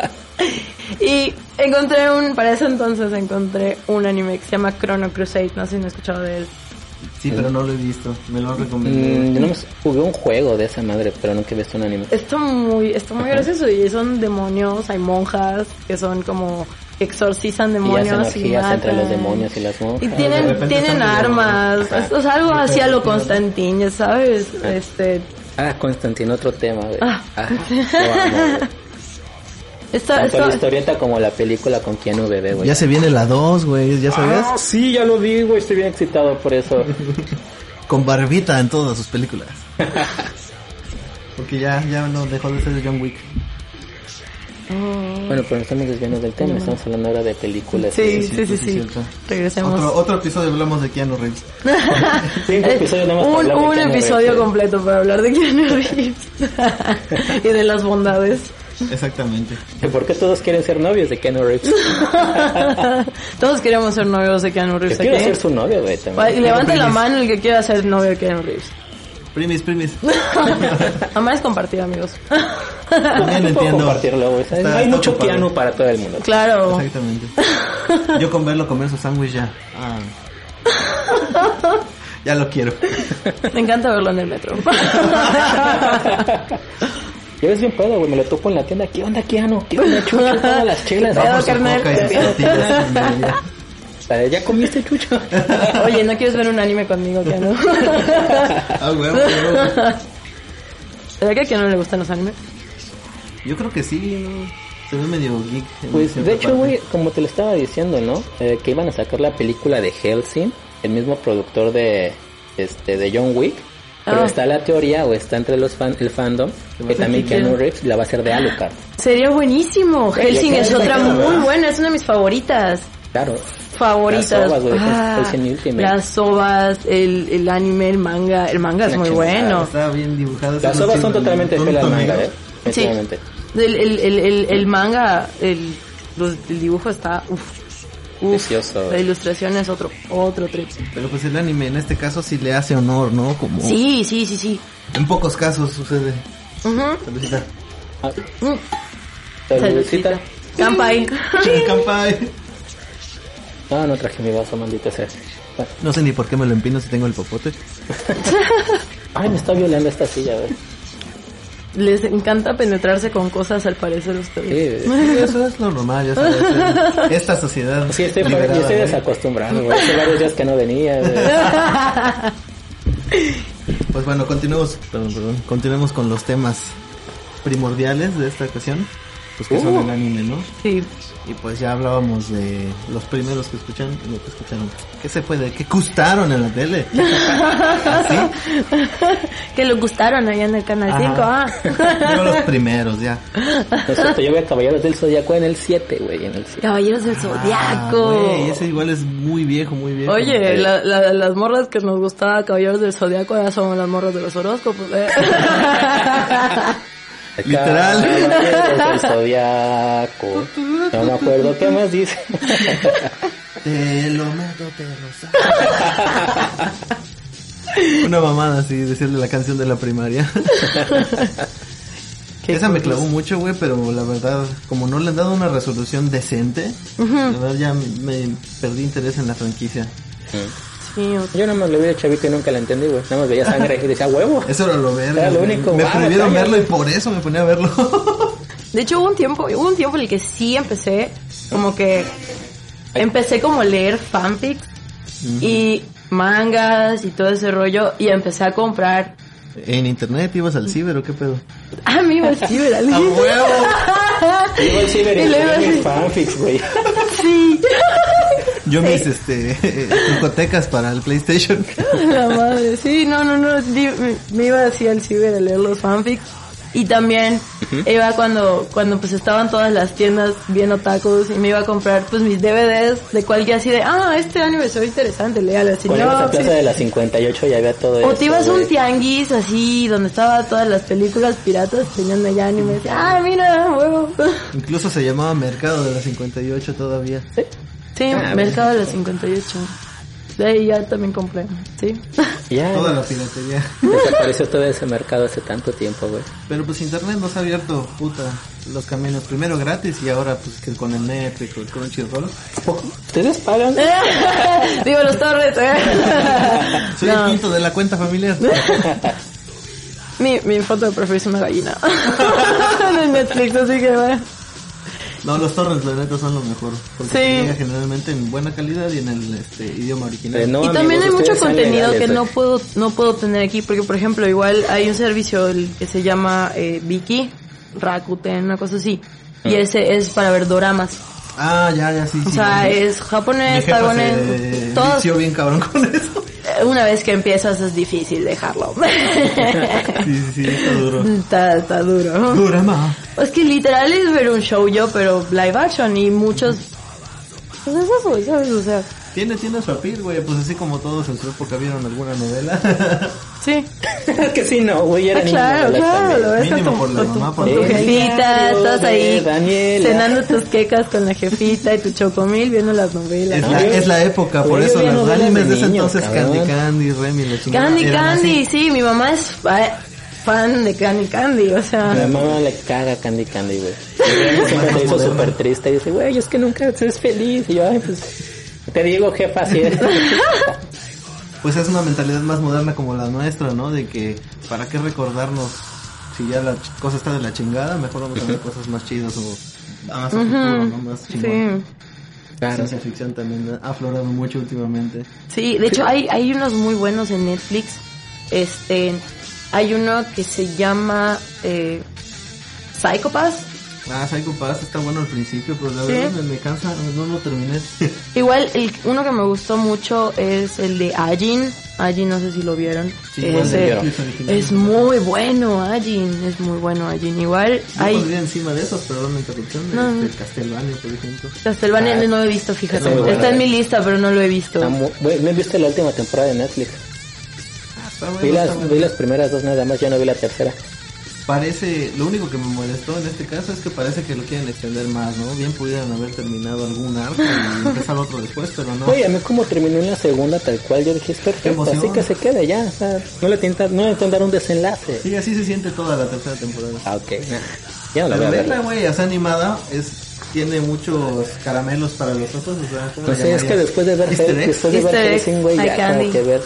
S6: y encontré un, para ese entonces encontré un anime que se llama Chrono Crusade, no sé si no he escuchado de él.
S1: Sí, pero no lo he visto. Me lo han recomendado.
S5: Mm, yo no me jugué un juego de esa madre, pero nunca he visto un anime.
S6: Está muy, está muy gracioso y son demonios, hay monjas que son como que exorcizan
S5: Y hacen
S6: demonios y,
S5: orgías entre los
S6: matan.
S5: demonios y las
S6: Y
S5: monjas.
S1: de
S6: tienen,
S1: repente
S6: tienen
S1: están como-
S6: armas,
S5: Ajá.
S6: es- o sea, algo así a lo Constantín, ya sabes, este,
S5: Ah, Constantino, otro tema, güey.
S6: Ah.
S5: Ah, lo amo, güey.
S6: está,
S5: Tanto la
S6: está-
S5: historieta como la película con Keanu Bebé, güey.
S1: Ya se viene la 2, güey, ya sabes.
S5: Ah, sí, ya lo digo, estoy bien excitado por eso.
S1: Con barbita en todas sus películas. Porque ya, ya no dejó de ser John Wick.
S5: bueno, pero estamos desviando del tema, estamos hablando ahora de películas.
S6: sí,
S1: sí,
S6: sí, sí,
S1: sí,
S6: sí,
S1: cierto.
S6: regresemos.
S1: Otro, otro episodio hablamos de Keanu Reeves.
S5: Cinco episodios nada más para
S6: Eh, un
S5: hablar de
S6: un
S5: Keanu
S6: episodio
S5: Reeves.
S6: completo para hablar de Keanu Reeves y de las bondades.
S1: Exactamente.
S5: ¿Por qué todos quieren ser novios de Keanu Reeves?
S6: Todos queremos ser novios de Keanu
S5: Yo
S6: Reeves
S5: quiero ser
S6: aquí.
S5: su novio, güey, también.
S6: Y levante la mano el que quiera ser novio de Keanu Reeves.
S1: Primis, primis.
S6: Amar es compartir, amigos.
S1: También
S5: Ah, Puedo
S1: entiendo.
S5: compartirlo, güey.
S1: Está- está
S5: Hay mucho
S1: ocupado.
S5: piano para todo el mundo.
S6: Claro.
S1: Exactamente. Yo con verlo comer su sándwich ya. Ah. Ya lo quiero.
S6: Me encanta verlo en el metro.
S5: Yo es bien pedo, güey. Me lo topo en la tienda. ¿Qué onda, Keanu? ¿Qué onda, chucho? Todas las chelas.
S6: Pedo,
S5: Vamos,
S6: carnal.
S1: Coca y sus tortillas y media.
S5: la de, ¿Ya comiste, chucho?
S6: Oye, ¿no quieres ver un anime conmigo, Keanu?
S1: Ah, güey, güey.
S6: ¿Será que a Keanu le gustan los animes?
S1: Yo creo que sí. ¿no? Se ve medio geek. en
S5: Pues
S1: cierta
S5: de hecho,
S1: parte.
S5: güey, como te lo estaba diciendo, ¿no? Eh, que iban a sacar la película de Helsing, el mismo productor de este de John Wick. Pero
S6: Ah.
S5: está la teoría, o está entre los fan, el fandom, que también Keanu Reeves la va a hacer de Alucard.
S6: Sería buenísimo. Helsing es otra muy buena, es una de mis favoritas.
S5: Claro.
S6: Favoritas. Ah,
S5: Las ovas, güey, Hellsing Ultimate.
S6: las ovas, el, el anime, el manga. El manga es
S5: Una
S6: muy
S5: chingada.
S6: bueno.
S1: Está bien dibujado.
S5: Las
S1: Son
S5: obras
S1: así,
S5: son totalmente
S1: un
S5: feas
S1: tonto
S5: manga,
S1: negro.
S5: ¿eh? Efectivamente.
S6: El, el, el, el, el manga, el, los- el dibujo está... Uf. Uf,
S5: Precioso.
S6: La ilustración es otro, otro trip.
S1: Pero pues el anime en este caso sí le hace honor, ¿no? Como
S6: Sí, sí, sí, sí.
S1: en pocos casos sucede.
S6: Ujú.
S1: Saludita.
S5: Ah,
S6: Mm.
S5: Saludcita.
S6: Saludcita. Campai.
S1: Kampai.
S5: Ah, No, no traje mi vaso, maldita sea. Bueno.
S1: No sé ni por qué me lo empino si tengo el popote.
S5: Ay, me está violando esta silla, güey.
S6: Les encanta penetrarse con cosas al parecer a ustedes.
S5: Sí,
S1: Eso es lo normal, ya sabes. eh. Esta sociedad.
S5: sí, estoy,
S1: liberada,
S5: yo estoy
S1: ¿eh?
S5: desacostumbrado, güey. Hace varios días que no venía, güey.
S1: Pues bueno, continuemos, perdón, perdón, continuemos con los temas primordiales de esta ocasión, pues que
S5: Uh.
S1: son el anime, ¿no?
S6: Sí.
S1: Y pues ya hablábamos de los primeros que escuchan, lo que escucharon, ¿qué se puede? ¿Qué gustaron en la tele? ¿Así?
S6: Que les gustaron allá en el Canal ah.
S1: Ajá.
S6: 5.
S1: Digo Ah. los primeros, ya.
S5: No es cierto, yo veo Caballeros del Zodiaco en el 7, güey, en el 7.
S6: Caballeros del
S1: Ah,
S6: Zodiaco.
S1: güey, ese igual es muy viejo, muy viejo.
S6: Oye, la- la- las morras que nos gustaba Caballeros del Zodiaco ahora son las morras de los horóscopos. ¿eh?
S1: Literal.
S5: Caballeros del Zodiaco. No me acuerdo qué más dice.
S1: Te lo meto, te lo saco. Una mamada así, decirle la canción de la primaria. Esa me clavó mucho, güey, pero la verdad, como no le han dado una resolución decente, la verdad ya me perdí interés en la franquicia.
S6: Sí, o-
S5: Yo nada más lo vi de chavito y nunca la entendí, güey. Nada más veía sangre y decía, huevo.
S1: Eso era lo verga.
S5: Era lo
S1: güey.
S5: único,
S1: Me
S5: wow,
S1: prohibieron
S5: cállate.
S1: verlo y por eso me ponía a verlo.
S6: De hecho, hubo un tiempo, hubo un tiempo en el que sí empecé, como que empecé como a leer fanfics y mangas y todo ese rollo y empecé a comprar.
S1: en internet ibas al ciber o qué pedo.
S6: Ah, me iba al ciber, al-
S1: ¡A huevo!
S5: Iba al ciber y
S6: Y le
S5: veía
S6: iba
S5: mis
S6: a-
S5: fanfics, güey.
S6: Sí,
S1: Yo mis, este, hipotecas para el PlayStation.
S6: la madre. Sí, no, no, no. di- me- Me iba así al ciber a leer los fanfics. Y también iba cuando, cuando pues estaban todas las tiendas bien otakus y me iba a comprar pues mis DVDs de cualquier así de, ah, este anime se ve interesante, léalo así.
S5: Cuando ibas a
S6: no, sí,
S5: Plaza de las 58 ya había todo eso.
S6: O te ibas a un tianguis así, donde estaba todas las películas piratas, tenían allá animes. Ah, mira, huevo.
S1: Incluso se llamaba Mercado de la 58 todavía.
S6: Sí, Mercado de los 58. De ahí ya también compré, sí.
S5: Ya,
S1: Toda la piratería.
S5: desapareció todo ese mercado hace tanto tiempo, güey.
S1: Pero pues internet nos ha abierto, puta, los caminos. Primero gratis y ahora pues que con el Netflix, con el Crunchyroll.
S5: ¿Ustedes pagan?
S6: Digo, los torres, eh.
S1: Soy el quinto de la cuenta familiar.
S6: Mi, mi foto de perfil es una gallina. de Netflix, así que bueno.
S1: No, los torrents la neta son lo mejor. Porque
S6: Sí.
S1: se llega generalmente en buena calidad y en el este, idioma original.
S5: Eh, no,
S6: y
S5: amigos,
S6: también hay mucho
S5: ustedes son
S6: contenido
S5: legales,
S6: que no
S5: güey.
S6: puedo no puedo tener aquí porque por ejemplo igual hay un servicio el que se llama eh, Viki Rakuten una cosa así y ese es para ver doramas
S1: Ah, ya, ya, sí.
S6: o
S1: sí,
S6: sea
S1: sí.
S6: es
S1: Mi
S6: japonés
S1: jefa
S6: taiwanés
S1: se
S6: todos
S1: vició bien cabrón con eso.
S6: eh, una vez que empiezas es difícil dejarlo
S1: Sí, sí, sí, está duro.
S6: está, está duro
S1: Dura más.
S6: es que literal es ver un show yo pero live action y muchos pues es eso sabes o sea
S1: Tiene, tiene su apil, güey. Pues así como todos en su época vieron alguna novela.
S6: sí
S5: que sí, no, güey, era
S6: Ah, claro,
S5: niño.
S6: claro, lo ves
S1: Mínimo
S6: con tu,
S1: por la
S6: con tu-
S1: mamá,
S6: con
S1: por
S6: tu
S1: el
S6: jefita,
S5: diario
S6: estás
S5: de
S6: ahí
S5: Daniela.
S6: cenando tus quecas con la jefita y tu chocomil viendo las novelas.
S1: es, la,
S5: yo-
S1: es la época, por
S5: yo
S1: eso
S5: vi
S1: los
S5: novelas
S1: animes
S5: de
S1: de ese
S5: niños,
S1: entonces,
S5: cabrón.
S1: Candy Candy, Remy, la chingada.
S6: Candy
S1: eran así.
S6: Candy, sí, mi mamá es fa- fan de Candy Candy, o sea,
S5: Mi mamá le caga Candy Candy, güey. Y Siempre se hizo súper triste y dice, güey, es que nunca es feliz. Y yo, ay, pues, te digo, jefa, así es.
S1: Pues es una mentalidad más moderna como la nuestra, ¿no? De que, ¿para qué recordarnos si ya la ch- cosa está de la chingada? Mejor vamos a ver cosas más chidas o más a futuro, ¿no? Más chingón.
S6: sí.
S1: La
S5: Claro.
S1: Ciencia ficción también ha aflorado mucho últimamente.
S6: Sí, de hecho hay, hay unos muy buenos en Netflix. Este, hay uno que se llama eh, Psychopath.
S1: Ah, Psycho Pass está bueno al principio, pero la
S6: Sí.
S1: verdad me, me cansa, no lo terminé.
S6: Igual, el, uno que me gustó mucho es el de Ajin. Ajin, no sé si lo vieron.
S1: Sí, igual de
S6: Ese-
S1: Netflix original.
S6: es muy bueno, Ajin. Es muy bueno, Ajin. Igual,
S1: Yo
S6: hay
S1: pondría encima de esos, perdón la interrupción,
S6: No, no.
S1: el Castelvania, por ejemplo.
S6: Castlevania no lo he visto,
S5: Ah,
S6: fíjate.
S5: Está muy
S6: Está,
S5: bueno.
S6: en mi lista, pero no lo he visto.
S5: Está mu- Güey, no he visto la última temporada de Netflix.
S1: Ah, está
S5: Vi
S1: bueno, está
S5: las,
S1: bueno.
S5: vi las primeras dos nada más, ya no vi la tercera.
S1: parece, lo único que me molestó en este caso es que parece que lo quieren extender más, ¿no? Bien pudieran haber terminado algún arco y empezar otro después, pero no.
S5: Oye, a mí como terminó en la segunda tal cual, yo dije, es perfecto,
S1: emoción.
S5: así que se quede ya. O sea, no le tienta, no le intentan dar un desenlace.
S1: Sí, así se siente toda la tercera temporada.
S5: Ah, ok. Ya no la
S1: Pero
S5: voy a
S1: verla,
S5: ver.
S1: güey, o sea, animada, es, tiene muchos caramelos para los ojos, o sea, ¿cómo
S5: Pues
S1: le
S5: es que
S1: llamarías?
S5: después de ver
S1: Easter eggs,
S5: después de
S6: Easter
S5: ver
S6: eggs,
S5: Hellsing, güey,
S6: hay
S5: ya como
S6: candy.
S5: que ver.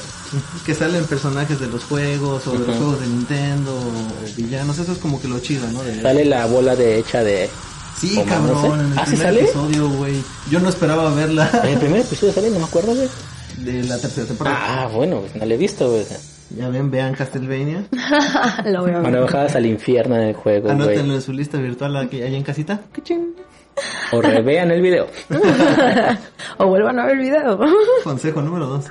S1: que salen personajes de los juegos o de los juegos de Nintendo o villanos, eso es como que lo chido, ¿no? De-
S5: Sale la bola de hecha de...
S1: Sí,
S5: o
S1: cabrón,
S5: manos, ¿eh?
S1: en el
S5: ¿Ah, sí
S1: primer
S5: sale?
S1: episodio, güey. Yo no esperaba
S5: En
S1: verla
S5: el primer episodio sale, no me acuerdo, güey.
S1: de la tercera temporada.
S5: Ah, bueno, pues no la he visto, güey.
S1: Ya ven, vean Castlevania.
S6: Lo voy a ver.
S5: Bueno, bajadas al infierno en el juego,
S1: Anótenlo
S5: güey.
S1: en su lista virtual aquí, allá en casita.
S5: O revean el video.
S6: O vuelvan a ver el video.
S1: Consejo número dos.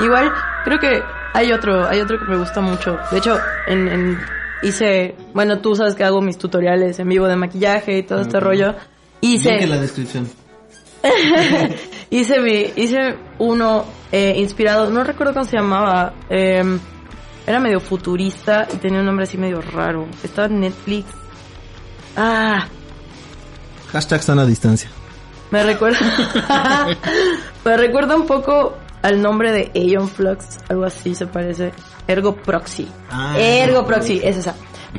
S6: Igual, creo que hay otro, hay otro que me gusta mucho. De hecho, en, en- hice, bueno, tú sabes que hago mis tutoriales en vivo de maquillaje y todo este rollo. Hice,
S1: Link en la descripción.
S6: hice mi, hice uno eh, inspirado, no recuerdo cómo se llamaba, eh, era medio futurista y tenía un nombre así medio raro. Estaba en Netflix. Ah,
S1: Hashtag sana distancia.
S6: Me recuerda. me recuerda un poco al nombre de Aeon Flux, algo así se parece. Ergo Proxy.
S1: Ah,
S6: Ergo Proxy, es esa.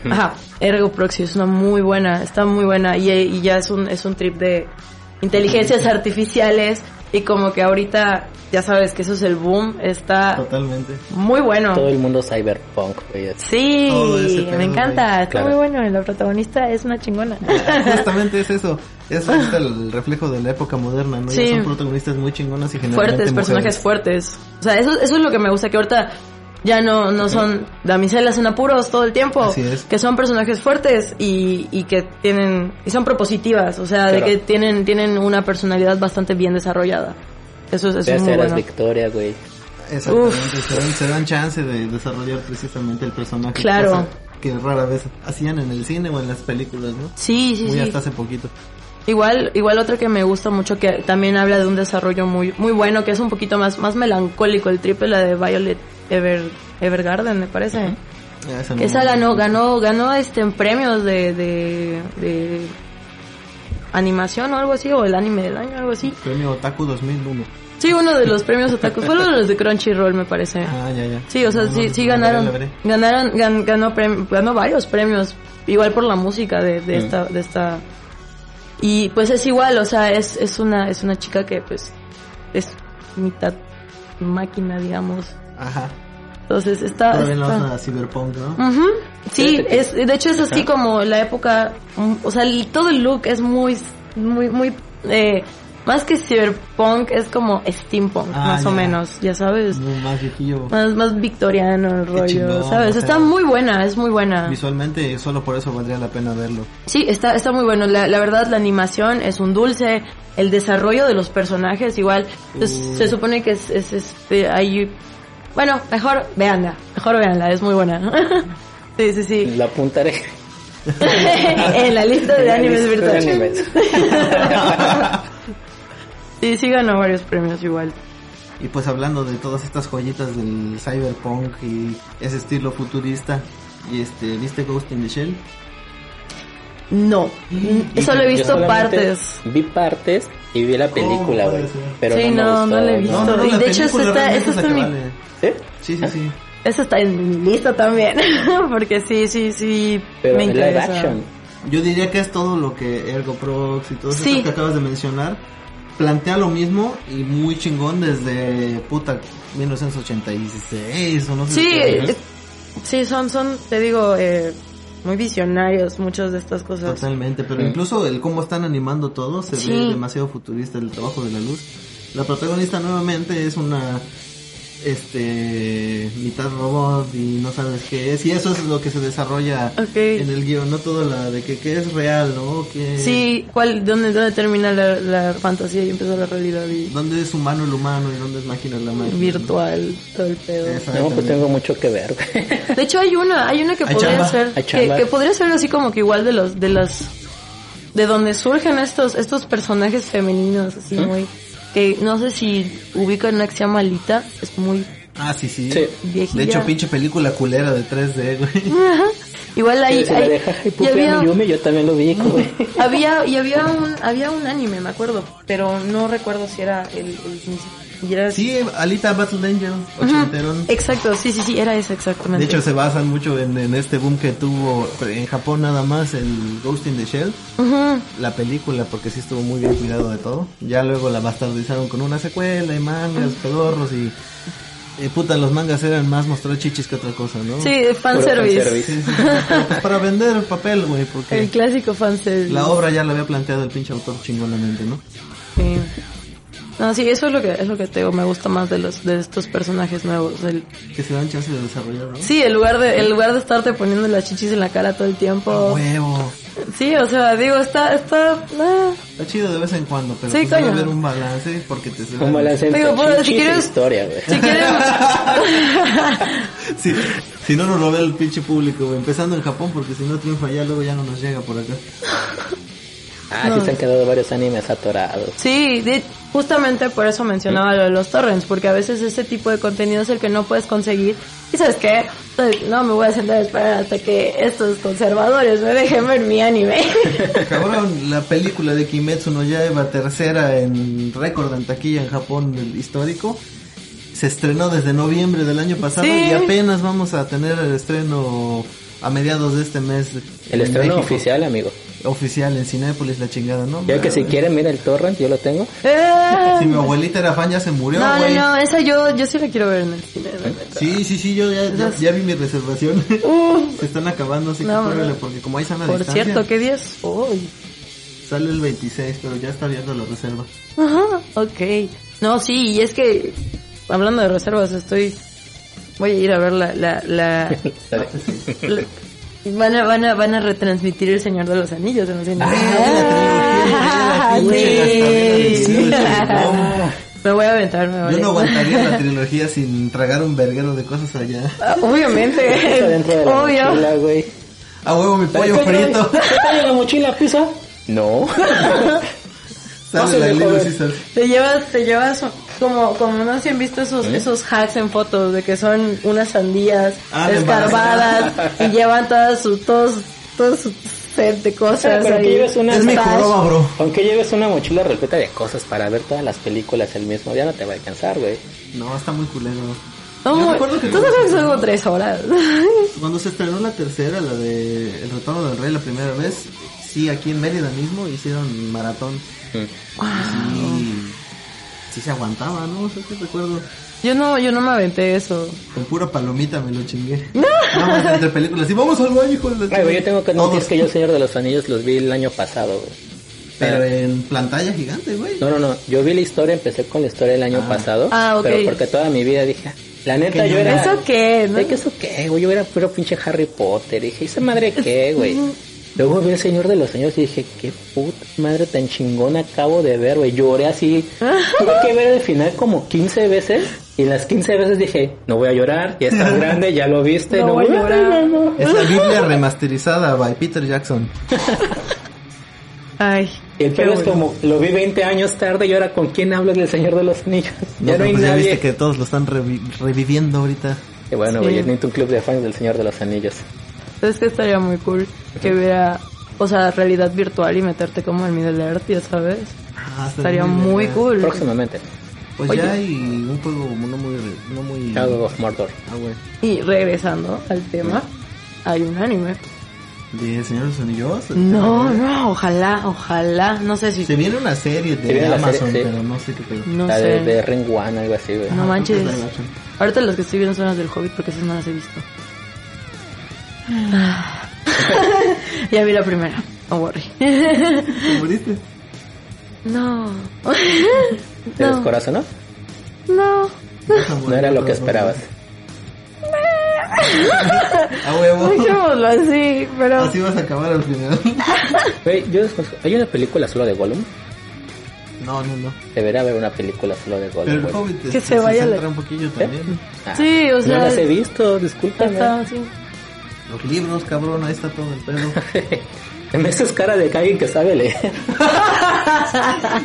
S6: Ajá, Ergo Proxy es una muy buena, está muy buena y, y ya es un, es un trip de inteligencias artificiales y como que ahorita ya sabes que eso es el boom, está
S1: Totalmente.
S6: muy bueno.
S5: Todo el mundo cyberpunk, güey.
S6: Sí,
S1: Todo ese pedo,
S6: me encanta,
S1: güey.
S6: está
S5: Claro.
S6: muy bueno, la protagonista es una chingona.
S1: Justamente es eso. Es ahorita el reflejo de la época moderna, ¿no? Ya
S6: Sí.
S1: son protagonistas muy chingonas y generalmente
S6: fuertes, personajes
S1: mujeres.
S6: fuertes. O sea, eso, eso es lo que me gusta, que ahorita ya no, no son damiselas en apuros todo el tiempo.
S1: Así es.
S6: Que son personajes fuertes y, y que tienen, y son propositivas, o sea, de
S5: Claro.
S6: que tienen, tienen una personalidad bastante bien desarrollada. Eso, es- eso
S5: Ya
S6: es muy
S5: serás
S6: bueno.
S5: Victoria, güey.
S1: Exactamente, se dan, se dan chance de desarrollar precisamente el personaje.
S6: Claro.
S1: cosa Que rara vez hacían en el cine o en las películas, ¿no?
S6: Sí, sí,
S1: Muy
S6: sí.
S1: hasta hace poquito.
S6: Igual, igual otro que me gusta mucho que también habla de un desarrollo muy, muy bueno, que es un poquito más, más melancólico, el triple, la de Violet Ever, Evergarden, me parece.
S1: Ya, esa no-
S6: Que Esa ganó, ganó, ganó este en premios de, de, de animación o algo así, o el anime del año, algo así.
S1: Premio Otaku 2001.
S6: Sí, uno de los premios Otaku, fue uno de los de Crunchyroll me parece.
S1: Ah, ya, ya.
S6: Sí, o sea,
S1: No, no,
S6: sí, sí
S1: la veré,
S6: ganaron,
S1: la veré.
S6: ganaron, gan- ganó, prem- ganó varios premios, igual por la música de, de esta, de esta. Y pues es igual, o sea, es, es una, es una chica que pues es mitad máquina, digamos.
S1: Ajá.
S6: Entonces está.
S1: Todavía no
S6: Ah, está- Ah,
S1: es a Cyberpunk, ¿no?
S6: Ujú. Sí,
S5: Fíjate que-
S6: es, de hecho es así como la época, mm, o sea, el- todo el look es muy, muy, muy, eh, más que cyberpunk, es como steampunk,
S1: Ah,
S6: más o
S1: ya.
S6: menos, ya sabes,
S1: No, más viejillo.
S6: más, más victoriano el
S1: Qué
S6: rollo,
S1: chingón,
S6: ¿sabes?
S1: o
S6: Está
S1: sea.
S6: muy buena, es muy buena.
S1: Visualmente, solo por eso valdría la pena verlo.
S6: Sí, está, está muy bueno. La, la verdad, la animación es un dulce. El desarrollo de los personajes, igual. pues, se supone que es, es este, ahí. Bueno, mejor veanla. Mejor veanla, es muy buena. sí, sí, sí.
S5: La apuntaré.
S6: en la lista de
S5: En la
S6: animes
S5: lista de
S6: virtuales. sí, sí ganó varios premios igual.
S1: Y pues hablando de todas estas joyitas del Cyberpunk y ese estilo futurista. Y este, ¿viste Ghost in the Shell?
S6: No,
S5: Y
S6: solo he
S5: yo
S6: visto
S5: solamente
S6: partes.
S5: Vi partes y vi la película,
S1: ¿Cómo
S5: güey.
S1: puede ser?
S5: Pero
S6: Sí,
S5: no, me
S6: no,
S5: gustó,
S6: no la he visto.
S1: No, no, no,
S6: Y
S1: la
S6: de hecho,
S1: película
S6: esta-
S1: realmente
S6: esta
S1: es la
S6: está
S1: que
S6: en mi-
S1: vale.
S5: ¿Sí?
S1: Sí, sí, sí.
S6: Eso está en mi lista también. Porque sí, sí, sí.
S5: Pero
S6: me
S5: en live
S6: interesa.
S5: action.
S1: Yo diría que es todo lo que Ergo Prox y todo eso
S6: Sí.
S1: que acabas de mencionar plantea lo mismo y muy chingón desde puta 1986 o no sé.
S6: Sí,
S1: qué año
S6: eh,
S1: es.
S6: sí, son, son, te digo, eh, muy visionarios muchas de estas cosas.
S1: Totalmente, pero incluso el cómo están animando todo se
S6: Sí.
S1: ve demasiado futurista el trabajo de la luz. La protagonista nuevamente es una este mitad robot y no sabes qué es y eso es lo que se desarrolla
S6: Ok.
S1: en el guión, no todo la de que qué es real, ¿no? Que
S6: Sí, ¿cuál, dónde, dónde termina la, la fantasía y empieza la realidad y
S1: dónde es humano el humano y dónde es máquina la máquina.
S6: virtual, todo el
S5: No,
S6: pedo?
S5: pues
S1: Exactamente.
S5: tengo mucho que ver, güey.
S6: De hecho, hay una, hay una que
S1: Hay
S6: podría
S1: chamba,
S6: ser,
S5: hay
S6: que,
S5: chamba.
S6: que podría ser así como que igual de los, de las, de donde surgen estos, estos personajes femeninos así muy, que no sé si ubican una que se llama Alita, es muy
S1: Ah, sí, sí.
S5: Sí.
S1: De
S6: Viejilla.
S1: hecho, pinche película culera de 3D, güey.
S6: Igual ahí,
S5: Que se la
S6: ahí-
S5: deja y
S6: y
S5: pupea a
S6: había,
S5: Yumi, yo también lo vi, güey.
S6: había, y había un, había un anime, me acuerdo, pero no recuerdo si era el, el si era-
S1: Sí, Alita Battle Angel, ochenterón.
S6: Exacto, sí, sí, sí, era eso
S1: De
S6: exactamente.
S1: hecho, se basan mucho en, en este boom que tuvo en Japón nada más el Ghost in the Shell,
S6: Ujú.
S1: la película, porque sí estuvo muy bien cuidado de todo. Ya luego la bastardizaron con una secuela y mangas, pedorros y... eh, puta, los mangas eran más mostrar chichis que otra cosa, ¿no?
S6: Sí, fanservice.
S5: fanservice.
S1: Sí, sí, sí, pero, pues, para vender el papel, güey,
S6: El
S1: porque
S6: clásico fanservice.
S1: la obra ya la había planteado el pinche autor chingonamente, ¿no?
S6: Sí. No, sí, eso es lo que es lo que te digo, me gusta más de los de estos personajes nuevos. del-
S1: Que se dan chance de desarrollar, ¿no?
S6: sí, en lugar de en lugar de estarte poniendo las chichis en la cara todo el
S1: Ah,
S6: tiempo.
S1: Huevo.
S6: Sí, o sea, digo, está está ah.
S1: Está chido de vez en cuando, pero
S6: Sí,
S1: pues debe
S6: coño.
S1: haber un balance porque te se
S5: Como la
S6: Digo,
S5: Digo,
S6: pues, si quieres-
S5: historia, güey.
S6: si quieren
S1: Sí, si no nos lo ve el pinche público, güey. Empezando en Japón, porque si no triunfa allá, luego ya no nos llega por acá.
S5: Ah, sí se han quedado varios animes atorados.
S6: Sí, de- justamente por eso mencionaba lo de los torrents, porque a veces ese tipo de contenido es el que no puedes conseguir. ¿Y sabes qué? Pues, No me voy a sentar a esperar hasta que estos conservadores me dejen ver mi anime.
S1: Cabrón, la película de Kimetsu no Yaiba, tercera en récord en taquilla en Japón el histórico, se estrenó desde noviembre del año pasado
S6: Sí.
S1: y apenas vamos a tener el estreno a mediados de este mes.
S5: El
S1: en
S5: estreno
S1: México.
S5: oficial, amigo.
S1: Oficial en Cinépolis, la chingada, ¿no?
S5: Yo que si quieren, mira el torrent, yo lo tengo.
S6: Eh,
S1: Si mi abuelita era fan, ya se murió,
S6: no, no,
S1: güey. ¿Eh?
S6: no, esa yo, yo sí la quiero ver en el cine. la neta.
S1: Sí, sí, sí, yo ya, ya, ya vi mi reservación.
S6: Uh,
S1: Se están acabando, así
S6: No,
S1: que córrele,
S6: no.
S1: porque como hay sana
S6: por
S1: distancia,
S6: cierto, ¿qué días? Hoy.
S1: sale el 26, pero ya está abierta la reserva.
S6: Ajá, ok. No, sí, y es que, hablando de reservas, estoy... Voy a ir a ver la, la, la, la- Van a, van, a, van a retransmitir El Señor de los Anillos en los cines.
S1: Ah,
S6: Ah,
S1: la trilogía, la
S6: sí.
S1: trilogía, la trilogía.
S6: Me voy a aventar, me
S1: Yo
S6: vale.
S1: no aguantaría la trilogía sin tragar un verguero de cosas allá.
S6: Ah, Obviamente.
S5: Está dentro de la
S6: Obvio.
S5: mochila, güey.
S1: A huevo mi pollo
S5: ¿Qué trae-
S1: frito.
S5: ¿Qué trae en la mochila, pizza? No.
S1: Sale la
S5: Pásale,
S1: Lilo
S5: joven.
S1: Caesar.
S6: Te llevas, te llevas como, como no sé si han visto esos,
S1: ¿Eh?
S6: esos hacks en fotos de que son unas sandías
S1: Ah, de
S6: escarbadas y llevan todas su, todos, todos su set de cosas.
S5: Pero que
S6: ahí.
S5: lleves una-
S1: Es mi
S6: Stash.
S1: joroba, bro.
S5: Aunque lleves una mochila repleta de cosas para ver todas las películas el mismo día, no te va a alcanzar, güey.
S1: No, está muy culero.
S6: No,
S1: Yo
S6: ¿Tú
S1: recuerdo que-
S6: te acuerdas que son como tres horas?
S1: Cuando se estrenó la tercera, la de El Retorno del Rey, la primera vez, sí, aquí en Mérida mismo hicieron maratón. Sí, sí se aguantaba, ¿no? O sea, sí recuerdo.
S6: Yo no, yo no me aventé eso.
S1: Con pura palomita me lo chingué. Nada más entre películas. Y vamos al baño, hijo de la
S5: Ay, güey, yo tengo que admitir
S1: Todos.
S5: que yo, Señor de los Anillos, los vi el año pasado, güey.
S1: Pero en pantalla gigante, güey.
S5: No, no, no. Yo vi la historia, empecé con la historia del año pasado.
S6: Ah, ok.
S5: Pero porque toda mi vida dije, la neta, yo era.
S6: ¿Eso qué? ¿No?
S5: ¿De qué eso qué, güey? Yo era puro pinche Harry Potter. Dije, ¿esa madre qué, güey? Luego vi El Señor de los Señores y dije, qué puta madre tan chingona acabo de ver, güey. Lloré así. Tuve que ver el final como 15 veces. Y las 15 veces dije, no voy a llorar, ya estás grande, ya lo viste.
S6: No voy a llorar.
S1: Es la Biblia remasterizada by Peter Jackson.
S6: Ay.
S5: Y el peor es como, lo vi 20 años tarde y ahora con quién hablo del Señor de los Anillos.
S1: No,
S5: ya no
S1: pero
S5: hay
S1: pues ya
S5: nadie.
S1: viste que todos lo están revi- reviviendo ahorita.
S5: Y bueno,
S6: Sí.
S5: güey, yo necesito un club de fans del Señor de los Anillos.
S6: Es que estaría muy cool que hubiera, o sea, realidad virtual y meterte como en Middle Earth, ya sabes.
S1: Ah, está
S6: Estaría
S1: bien,
S6: muy
S1: ya.
S6: cool.
S5: Próximamente,
S1: Pues
S6: Oye.
S1: ya hay un juego no muy... No muy...
S5: Shadow of Mordor.
S1: Ah, güey.
S6: Y regresando al tema, hay un anime.
S1: ¿De Señor de los Anillos?
S6: No, no, ojalá, ojalá, no sé si,
S1: Se viene una serie de
S5: Se viene la
S1: Amazon,
S5: serie, sí.
S1: pero no sé qué pedo.
S6: no
S5: la
S6: sé,
S5: de, de Ring One, algo así, güey.
S6: no
S1: Ajá,
S6: manches.
S1: creo que es live action.
S6: Ahorita las que estoy viendo son las del Hobbit porque esas no las he visto. Ah. ya vi la primera, no worry.
S1: ¿Te moriste?
S6: no,
S5: ¿Te descorazonó?
S6: no.
S5: No era lo que esperabas.
S1: A Ah, huevo.
S6: Dejémoslo así, pero...
S1: Así vas a acabar al final.
S5: Güey, yo desconozco- ¿Hay una película solo de Gollum?
S1: No, no, no.
S5: Debería haber una película solo de
S1: Pero
S5: Gollum,
S1: el
S5: güey.
S1: Hobbit
S6: Que
S1: este,
S6: se vaya la-
S1: centra un poquillo también.
S5: Ah,
S6: Sí, o sea...
S5: No las he visto, discúlpame.
S6: Está, sí.
S1: Los libros, cabrón, ahí está todo el pedo.
S5: Me haces cara de que alguien que sabe leer.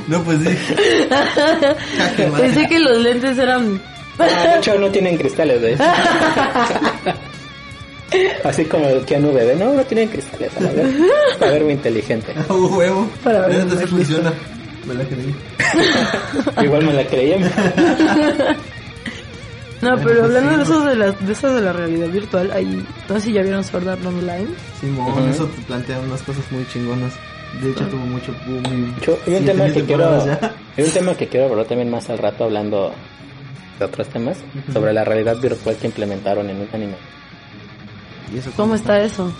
S1: No, pues sí. Jaque mate.
S6: Pensé que los lentes eran
S5: No, Ah, de hecho, no tienen cristales, de hecho. Así como el Keanu bebé. No, no tienen cristales. A ver, a ver, muy inteligente.
S1: Uh, huevo.
S6: Para ver,
S1: Entonces funciona. Me la creí.
S5: Igual me la creía.
S6: pues No, pero hablando de eso de la, de eso de la realidad virtual, ahí, no sé si ya vieron Sword Art Online.
S1: Simón,
S5: Ajá.
S1: eso te plantea unas cosas muy chingonas. De hecho, tuvo mucho boom. y-
S5: Yo, hay un
S1: siete
S5: tema
S1: mil
S5: que quiero,
S1: temporadas ya.
S5: hay un tema que quiero hablar también más al rato hablando de otros temas sobre la realidad virtual que implementaron en un anime.
S1: ¿Y eso
S6: ¿Cómo está eso?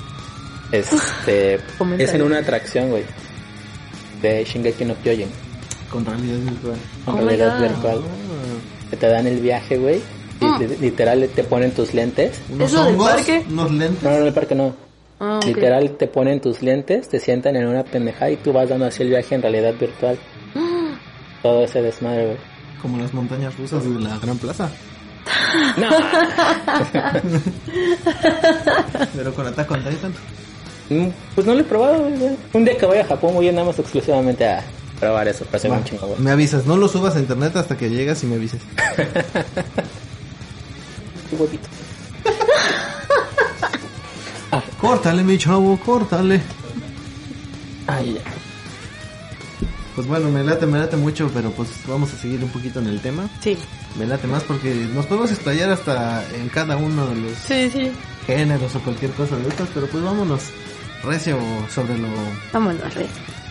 S5: Este,
S6: Comenta.
S5: es en una atracción, güey, de Shingeki no Kyojin,
S1: Con realidad virtual.
S5: con
S6: Oh my
S5: realidad
S6: God. Mm.
S5: virtual.
S1: Ah,
S5: Que te dan el viaje, güey, y li- literal te ponen tus lentes.
S1: Unos
S6: ¿Es lo del
S1: hongos,
S6: parque?
S1: Unos lentes.
S5: No, no, en el parque no.
S6: Ah, ok.
S5: Literal te ponen tus lentes, te sientan en una pendejada y tú vas dando así el viaje en realidad virtual. Todo ese desmadre, güey.
S1: Como las montañas rusas de la Gran Plaza.
S5: No,
S1: Pero con Attack on Titan.
S5: Mm, Pues no lo he probado, güey, ya. Un día que vaya a Japón voy a ir nada más exclusivamente a probar eso, para ser
S1: Va,
S5: un chingo, güey.
S1: me avisas, no lo subas a internet hasta que llegas y me avises.
S5: Qué huevito.
S1: Córtale, mi chavo, córtale.
S5: Ay, ya.
S1: Pues bueno, me late, me late mucho, pero pues vamos a seguir un poquito en el tema.
S6: Sí,
S1: Me late más porque nos podemos explayar hasta en cada uno de los
S6: sí, sí.
S1: géneros o cualquier cosa de estas, pero pues vámonos recio sobre lo,
S6: Vámonos, Rey.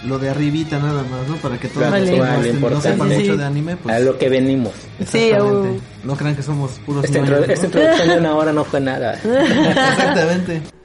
S1: lo de arribita nada más, ¿no? Para que todos
S5: Vale.
S1: los que
S5: Vale,
S1: no, estén- no
S5: importante.
S1: sepan
S6: Sí,
S1: mucho
S6: sí.
S1: de anime,
S5: A
S1: pues...
S5: lo que venimos.
S6: Sí,
S1: exactamente.
S6: au.
S1: No crean que somos puros
S5: Esta,
S1: ñoños,
S5: Este intro- este-
S1: ¿no?
S5: esta introducción de una hora no fue nada.
S1: Exactamente.